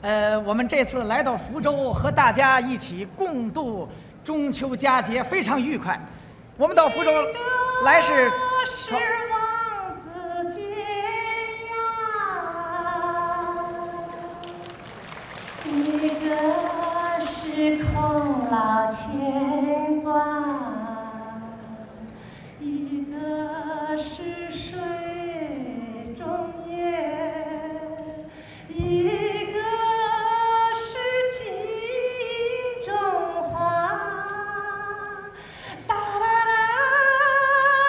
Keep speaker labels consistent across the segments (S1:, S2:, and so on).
S1: 呃，我们这次来到福州，和大家一起共度中秋佳节，非常愉快。我们到福州来是
S2: 是王子杰呀，一个是孔老牵挂，一个是水中月，一个是镜中花。哒啦啦，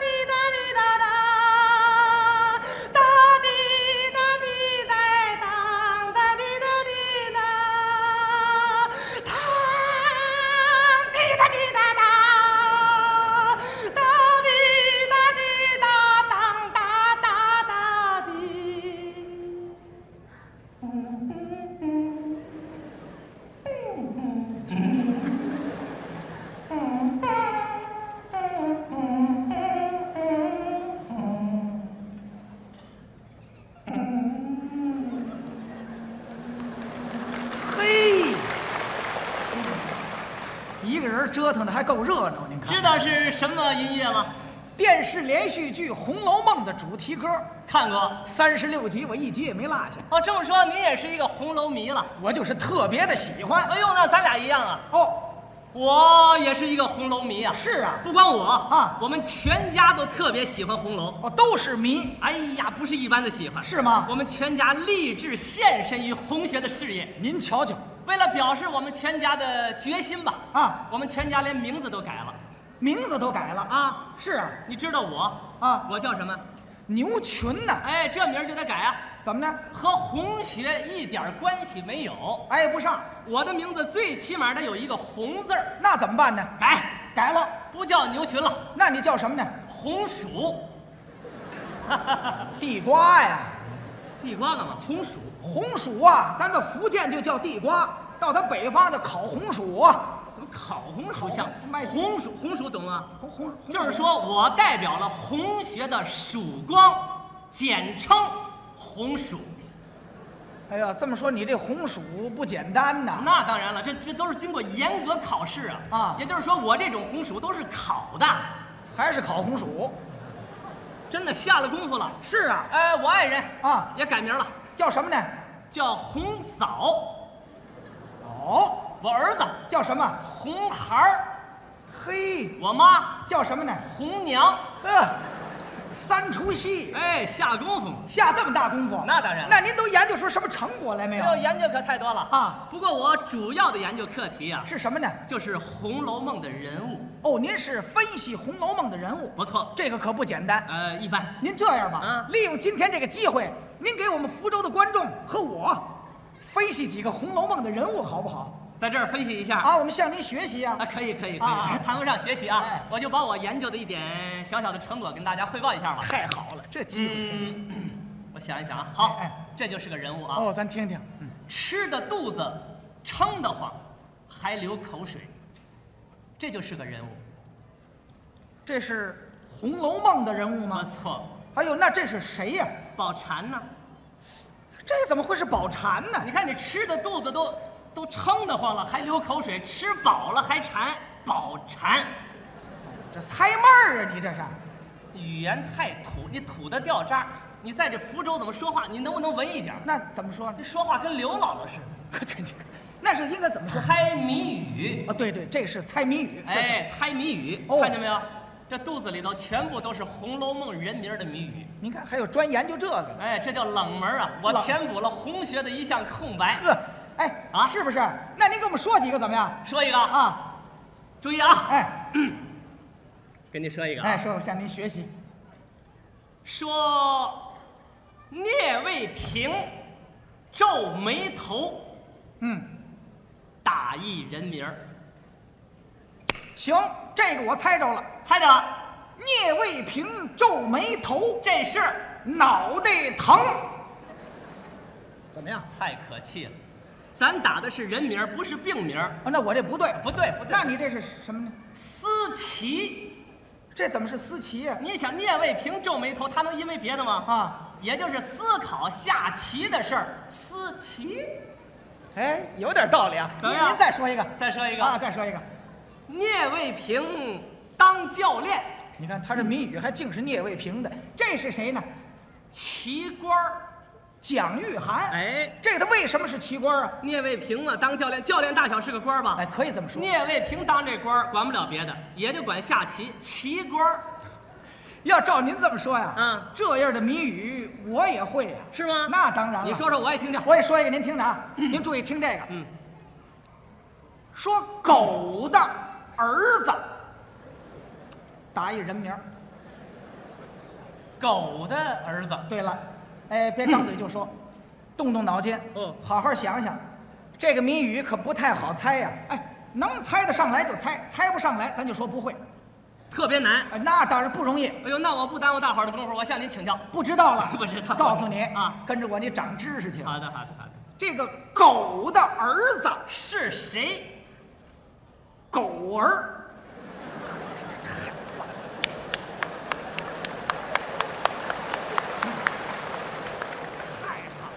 S2: 滴答滴答答，哒滴答滴答当，哒滴答滴答，当滴答滴答答，哒滴答滴答当哒哒哒滴。
S1: 嘿，一个人折腾的还够热闹，您看。
S3: 知道是什么音乐吗？
S1: 电视连续剧《红楼梦》的主题歌，
S3: 看过。
S1: 三十六集，我一集也没落下，
S3: 哦，这么说您也是一个红楼迷了。
S1: 我就是特别的喜欢。
S3: 哎呦，那咱俩一样啊，
S1: 哦，
S3: 我也是一个红楼迷啊。
S1: 是啊，
S3: 不光我
S1: 啊
S3: 我们全家都特别喜欢红楼。
S1: 我哦都是迷，
S3: 哎呀，不是一般的喜欢，
S1: 是吗
S3: 我们全家立志献身于红学的事业。
S1: 您瞧瞧，
S3: 为了表示我们全家的决心吧，
S1: 啊，
S3: 我们全家连名字都改了
S1: 名字都改了啊。
S3: 啊。
S1: 是啊，
S3: 你知道我
S1: 啊
S3: 我叫什么？
S1: 牛群呢、
S3: 哎，这名儿就得改啊，
S1: 怎么呢？
S3: 和红学一点儿关系没有。
S1: 挨不上，
S3: 我的名字最起码得有一个红字儿，
S1: 那怎么办呢？
S3: 改
S1: 改了，
S3: 不叫牛群了，
S1: 那你叫什么呢？
S3: 红薯。
S1: 地瓜呀，
S3: 地瓜干嘛？红薯。
S1: 红薯啊，咱这福建就叫地瓜，到咱北方就烤红薯啊。
S3: 怎么烤红薯像
S1: 烤麦？
S3: 红薯，红薯懂吗？
S1: 红红红
S3: 就是说我代表了红学的曙光，简称红薯。
S1: 哎呀，这么说你这红薯不简单呐。
S3: 那当然了，这这都是经过严格考试啊。
S1: 啊
S3: 也就是说，我这种红薯都是烤的，
S1: 还是烤红薯？
S3: 真的下了功夫了。
S1: 是啊，
S3: 呃，我爱人
S1: 啊
S3: 也改名了，
S1: 叫什么呢？
S3: 叫红嫂。
S1: 哦，
S3: 我儿子
S1: 叫什么？
S3: 红孩儿。
S1: 嘿，
S3: 我妈
S1: 叫什么呢？
S3: 红娘，
S1: 呵，三出戏
S3: 哎，下功夫嘛，
S1: 下这么大功夫，
S3: 那当然了
S1: 那您都研究出什么成果来没有
S3: 这？研究可太多了
S1: 啊！
S3: 不过我主要的研究课题啊，
S1: 是什么呢？
S3: 就是《红楼梦》的人物，
S1: 哦，您是分析《红楼梦》的人物，
S3: 不错，
S1: 这个可不简单。
S3: 呃，一般。
S1: 您这样吧，
S3: 啊
S1: 利用今天这个机会，您给我们福州的观众和我分析几个《红楼梦》的人物，好不好？
S3: 在这儿分析一下
S1: 啊，我们向您学习啊
S3: 啊，。可以可以可
S1: 啊
S3: 以，谈不上学习啊
S1: 哎，
S3: 我就把我研究的一点小小的成果跟大家汇报一下吧。
S1: 太好了，这机会嗯真是。
S3: 我想一想啊，
S1: 哎
S3: 好
S1: 哎，
S3: 这就是个人物啊，
S1: 哦，咱听听，嗯，
S3: 吃的肚子撑得慌，还流口水，这就是个人物，
S1: 这是《红楼梦》的人物
S3: 不
S1: 吗？
S3: 错。
S1: 哎呦，那这是谁呀、
S3: 宝蟾呢？
S1: 这怎么会是宝蟾呢？
S3: 你看你吃的肚子都都撑得慌了，还流口水，吃饱了还馋，饱馋。
S1: 这猜闷儿啊，你这是？
S3: 语言太土，你土的掉渣儿。你在这福州怎么说话？你能不能文一点儿？
S1: 那怎么 说呢
S3: 这？说话跟刘姥姥似的，
S1: 这这，那是应该怎么说？
S3: 猜谜语。
S1: 啊，对对，这是猜谜语。是
S3: 哎，猜谜语，
S1: 哦
S3: 看见没有？这肚子里头全部都是《红楼梦》人名儿的谜语。
S1: 您看，还有专研究这个的。
S3: 哎，这叫冷门啊！我
S1: 冷
S3: 填补了红学的一项 空白。
S1: 呵，哎，
S3: 啊
S1: 是不是？那您给我们说几个怎么样？
S3: 说一个啊，
S1: 啊，
S3: 注意啊，
S1: 哎
S3: 给你说一个啊
S1: 哎，。说我向您学习。
S3: 说聂卫平皱眉头，
S1: 嗯，
S3: 打一人名儿
S1: 行，这个我猜着了。
S3: 猜着了，
S1: 聂卫平皱眉头，
S3: 这是
S1: 脑袋疼。啊怎么样？
S3: 太可气了。咱打的是人名儿，不是病名儿。
S1: 啊，那我这不对。
S3: 不对不对
S1: 那，你这是什么呢？
S3: 思琪，
S1: 这怎么是思琪呀？
S3: 你想聂卫平皱眉头，他能因为别的吗？
S1: 啊，
S3: 也就是思考下棋的事儿，思琪。
S1: 哎，有点道理啊。
S3: 怎
S1: 您
S3: 么样
S1: 您再说一个，
S3: 再说一
S1: 啊，
S3: 个，
S1: 再说一个。
S3: 聂卫平当教练，
S1: 你看他这谜语还竟是聂卫平的，这是谁呢？
S3: 奇官儿。
S1: 蒋玉菡。
S3: 哎，
S1: 这个他为什么是奇官啊？
S3: 聂卫平嘛，当教练，教练大小是个官儿吧？
S1: 哎，可以这么说。
S3: 聂卫平当这官儿，管不了别的，也就管下棋，棋官儿
S1: 要照您这么说呀，
S3: 嗯，
S1: 这样的谜语我也会呀。
S3: 是吗？
S1: 那当然了。
S3: 你说，说我也听听。
S1: 我也说一个，您听着啊，您注意听这个。
S3: 嗯，
S1: 说狗的儿子，打一人名儿。
S3: 狗的儿子，
S1: 对了，哎，别张嘴就说，动动脑筋，
S3: 嗯
S1: 好好想想，这个谜语可不太好猜呀、哎，能猜得上来就猜，猜不上来咱就说不会。
S3: 特别难。
S1: 哎那当然不容易，
S3: 哎呦，那我不耽误大伙儿的功夫，我向您请教。
S1: 不知道了，
S3: 不知道
S1: 告诉你
S3: 啊，
S1: 跟着我你长知识去。
S3: 好的，好的，好的。
S1: 这个狗的儿子，
S3: 是谁？
S1: 狗儿，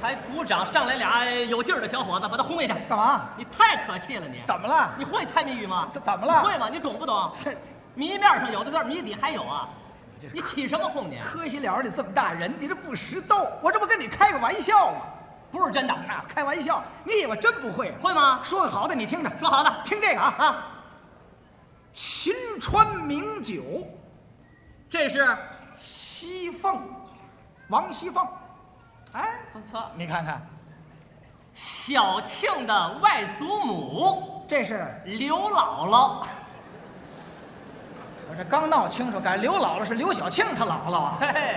S3: 还鼓掌上来俩哎有劲儿的小伙子，把他轰一下。
S1: 干嘛？
S3: 你太客气了，你。
S1: 怎么了？
S3: 你会猜谜语吗？
S1: 怎怎么了
S3: 你会吗？你懂不懂？
S1: 是
S3: 谜面上有的字儿，谜底还有啊。你起什么哄你？啊
S1: 磕西了你这么大人，你这不识逗，我这不跟你开个玩笑吗？
S3: 不是真的，啊
S1: 那开玩笑，你以为真不会啊？
S3: 会吗？
S1: 说个好的，你听着，
S3: 说好的
S1: 听这个啊。
S3: 啊，
S1: 秦川名酒，
S3: 这是
S1: 西凤，王熙凤。哎，
S3: 不错。
S1: 你看看，
S3: 小庆的外祖母
S1: 这是
S3: 刘姥姥，
S1: 我这刚闹清楚，改刘姥姥是刘晓庆她姥姥啊。
S3: 嘿嘿，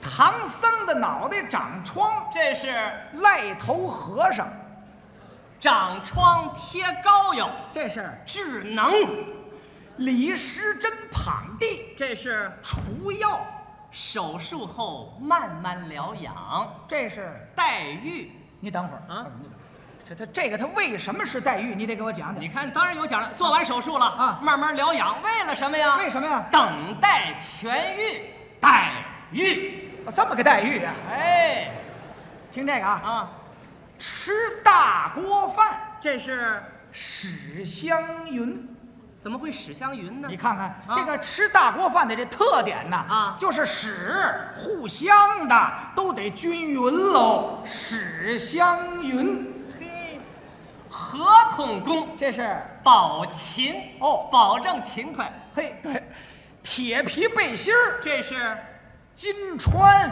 S1: 唐僧的脑袋长疮，
S3: 这是
S1: 赖头和尚，
S3: 长疮贴膏药，
S1: 这是
S3: 智能，
S1: 李时珍捧地
S3: 这是
S1: 除药，
S3: 手术后慢慢疗养，
S1: 这是
S3: 黛玉。
S1: 你等会儿
S3: 啊，
S1: 你等会儿这他这个他为什么是黛玉？你得给我讲
S3: 你
S1: 讲，
S3: 看，当然有讲了，做完手术了
S1: 啊
S3: 慢慢疗养，为了什么呀？
S1: 为什么呀？
S3: 等待痊愈，黛玉。
S1: 哦这么个黛玉啊？
S3: 哎，
S1: 听这个啊，
S3: 啊，
S1: 吃大锅饭。
S3: 这是
S1: 史湘云，
S3: 怎么会史湘云呢
S1: 你？看看这个吃大锅饭的这特点呐，
S3: 啊
S1: 就是使互相的都得均匀喽。史湘云，
S3: 嘿，合同工。
S1: 这是
S3: 保勤
S1: 哦
S3: 保证勤快。
S1: 嘿对，铁皮背心儿，
S3: 这是
S1: 金川，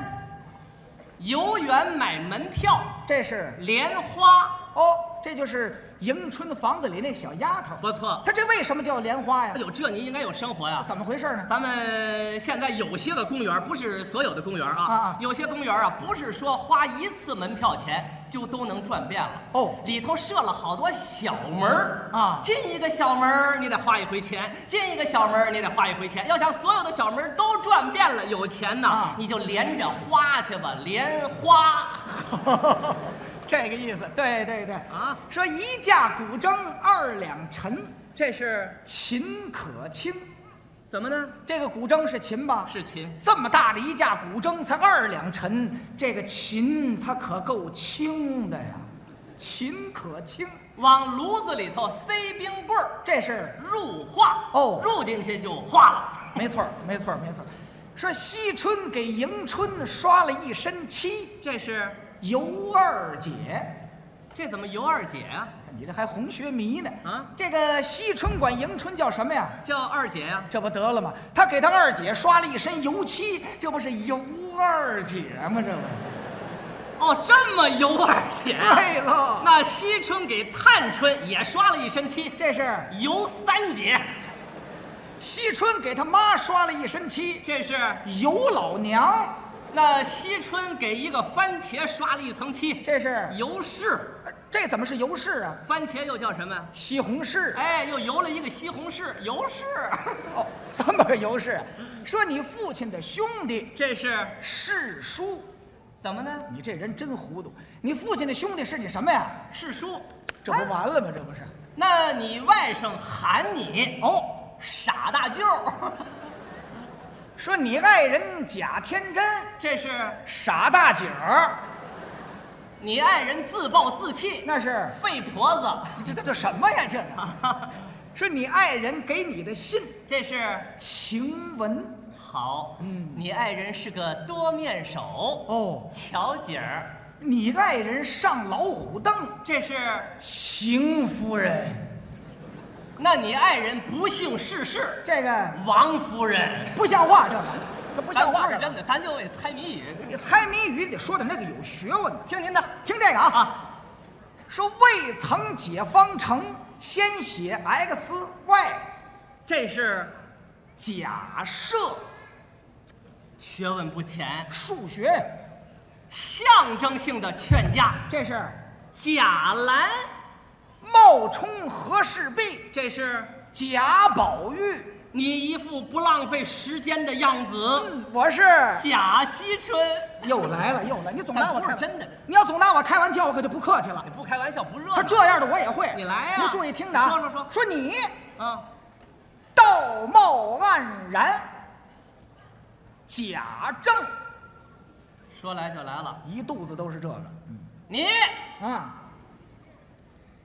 S3: 游园买门票，
S1: 这是
S3: 莲花
S1: 哦，这就是迎春房子里那小丫头。
S3: 不错。
S1: 她这为什么叫莲花呀？
S3: 有这您应该有生活呀。
S1: 怎么回事呢？
S3: 咱们现在有些个公园，不是所有的公园
S1: 啊
S3: 啊
S1: 啊，
S3: 有些公园啊，不是说花一次门票钱就都能转遍了。
S1: 哦
S3: 里头设了好多小门儿
S1: 啊
S3: 进一个小门儿你得花一回钱，进一个小门儿你得花一回钱。要想所有的小门儿都转遍了，有钱呐
S1: 啊，
S3: 你就连着花去吧，莲花。
S1: 这个意思，对对对
S3: 啊，
S1: 说一架古筝二两沉，
S3: 这是
S1: 琴可卿。
S3: 怎么呢？
S1: 这个古筝是琴吧？
S3: 是琴，
S1: 这么大的一架古筝才二两沉，这个琴它可够轻的呀，琴可轻。
S3: 往炉子里头塞冰棍儿，
S1: 这是
S3: 入化
S1: 哦
S3: 入进去就化了。
S1: 没错儿，没错儿，没错儿。说惜春给迎春刷了一身漆，
S3: 这是
S1: 尤二姐，
S3: 这怎么尤二姐啊呀、
S1: 看你这还红学迷呢
S3: 啊！
S1: 这个惜春管迎春叫什么呀？
S3: 叫二姐啊呀、
S1: 这不得了吗？他给他二姐刷了一身油漆，这不是尤二姐吗？这不
S3: 哦，这么尤二姐啊、
S1: 对喽。
S3: 那惜春给探春也刷了一身漆，
S1: 这是
S3: 尤三姐，
S1: 惜春给他妈刷了一身漆，
S3: 这是
S1: 尤老娘，
S3: 那惜春给一个番茄刷了一层漆，
S1: 这是
S3: 尤氏，
S1: 这怎么是尤氏啊？
S3: 番茄又叫什么呀？
S1: 西红柿
S3: 哎，又游了一个西红柿，尤氏，
S1: 哦，这么个尤氏。啊说你父亲的兄弟
S3: 这是
S1: 世叔，
S3: 怎么呢？
S1: 你这人真糊涂。你父亲的兄弟是你什么呀？
S3: 是叔，
S1: 这
S3: 啊
S1: 不完了吗？这不是？
S3: 那你外甥喊你
S1: 哦，
S3: 傻大舅，
S1: 说你爱人假天真，
S3: 这是
S1: 傻大姐儿。
S3: 你爱人自暴自弃，
S1: 那是
S3: 废婆子，
S1: 这这这什么呀？这个 是你爱人给你的信
S3: 这是
S1: 情文
S3: 好。
S1: 嗯
S3: 你爱人是个多面手，
S1: 哦，
S3: 巧姐儿，
S1: 你爱人上老虎凳，
S3: 这是。
S1: 邢夫人，
S3: 那你爱人不幸逝世，
S1: 这个
S3: 王夫人，
S1: 不像话，这个这不像
S3: 咱
S1: 话，
S3: 不
S1: 这
S3: 是
S1: 个
S3: 真的，咱就为猜谜语。
S1: 你猜谜语得说点那个有学问的。
S3: 听您的
S1: 听这个啊，
S3: 啊，
S1: 说未曾解方程，先写 x y
S3: 这是
S1: 假设
S3: 学问不浅，
S1: 数学，
S3: 象征性的劝架。
S1: 这是
S3: 贾兰，
S1: 冒充和氏璧，
S3: 这是
S1: 贾宝玉，
S3: 你一副不浪费时间的样子。
S1: 嗯，我是
S3: 贾惜春，
S1: 又来了又来，你总拿
S3: 咱
S1: 我
S3: 不
S1: 开
S3: 是，真的，
S1: 你要总拿我开玩笑，我可就不客气了
S3: 你。不开玩笑不热闹。
S1: 他这样的我也会，
S3: 你来呀
S1: 你注意听着啊，
S3: 说说说
S1: 说你
S3: 啊，
S1: 道貌岸然，假正，
S3: 说来就来了，
S1: 一肚子都是这个，
S3: 你嗯
S1: 啊，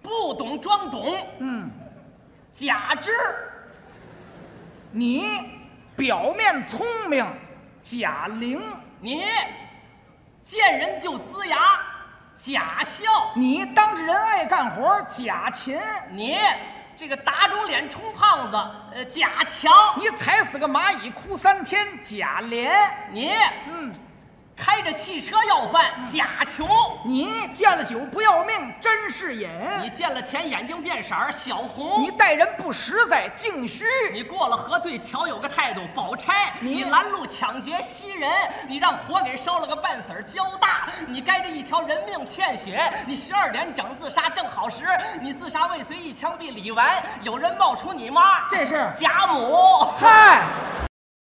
S3: 不懂装懂，
S1: 嗯。
S3: 假知
S1: 你表面聪明，假伶；
S3: 你见人就呲牙，假笑；
S1: 你当着人爱干活，假勤；
S3: 你这个打肿脸充胖子，呃，假强；
S1: 你踩死个蚂蚁哭三天，假廉；
S3: 你
S1: 嗯，
S3: 开着汽车要饭，假穷；
S1: 你见了酒不要命，真是瘾；
S3: 你见了钱眼睛变色儿，小
S1: 你
S3: 红；
S1: 待人不实在，径虚；
S3: 你过了河对桥有个态度，宝钗；
S1: 你
S3: 你拦路抢劫袭人；你让火给烧了个半死儿，交大；你该着一条人命欠血；你十二点整自杀正好时；你自杀未遂一枪毙李纨；有人冒出你妈，
S1: 这是
S3: 贾母。
S1: 嗨，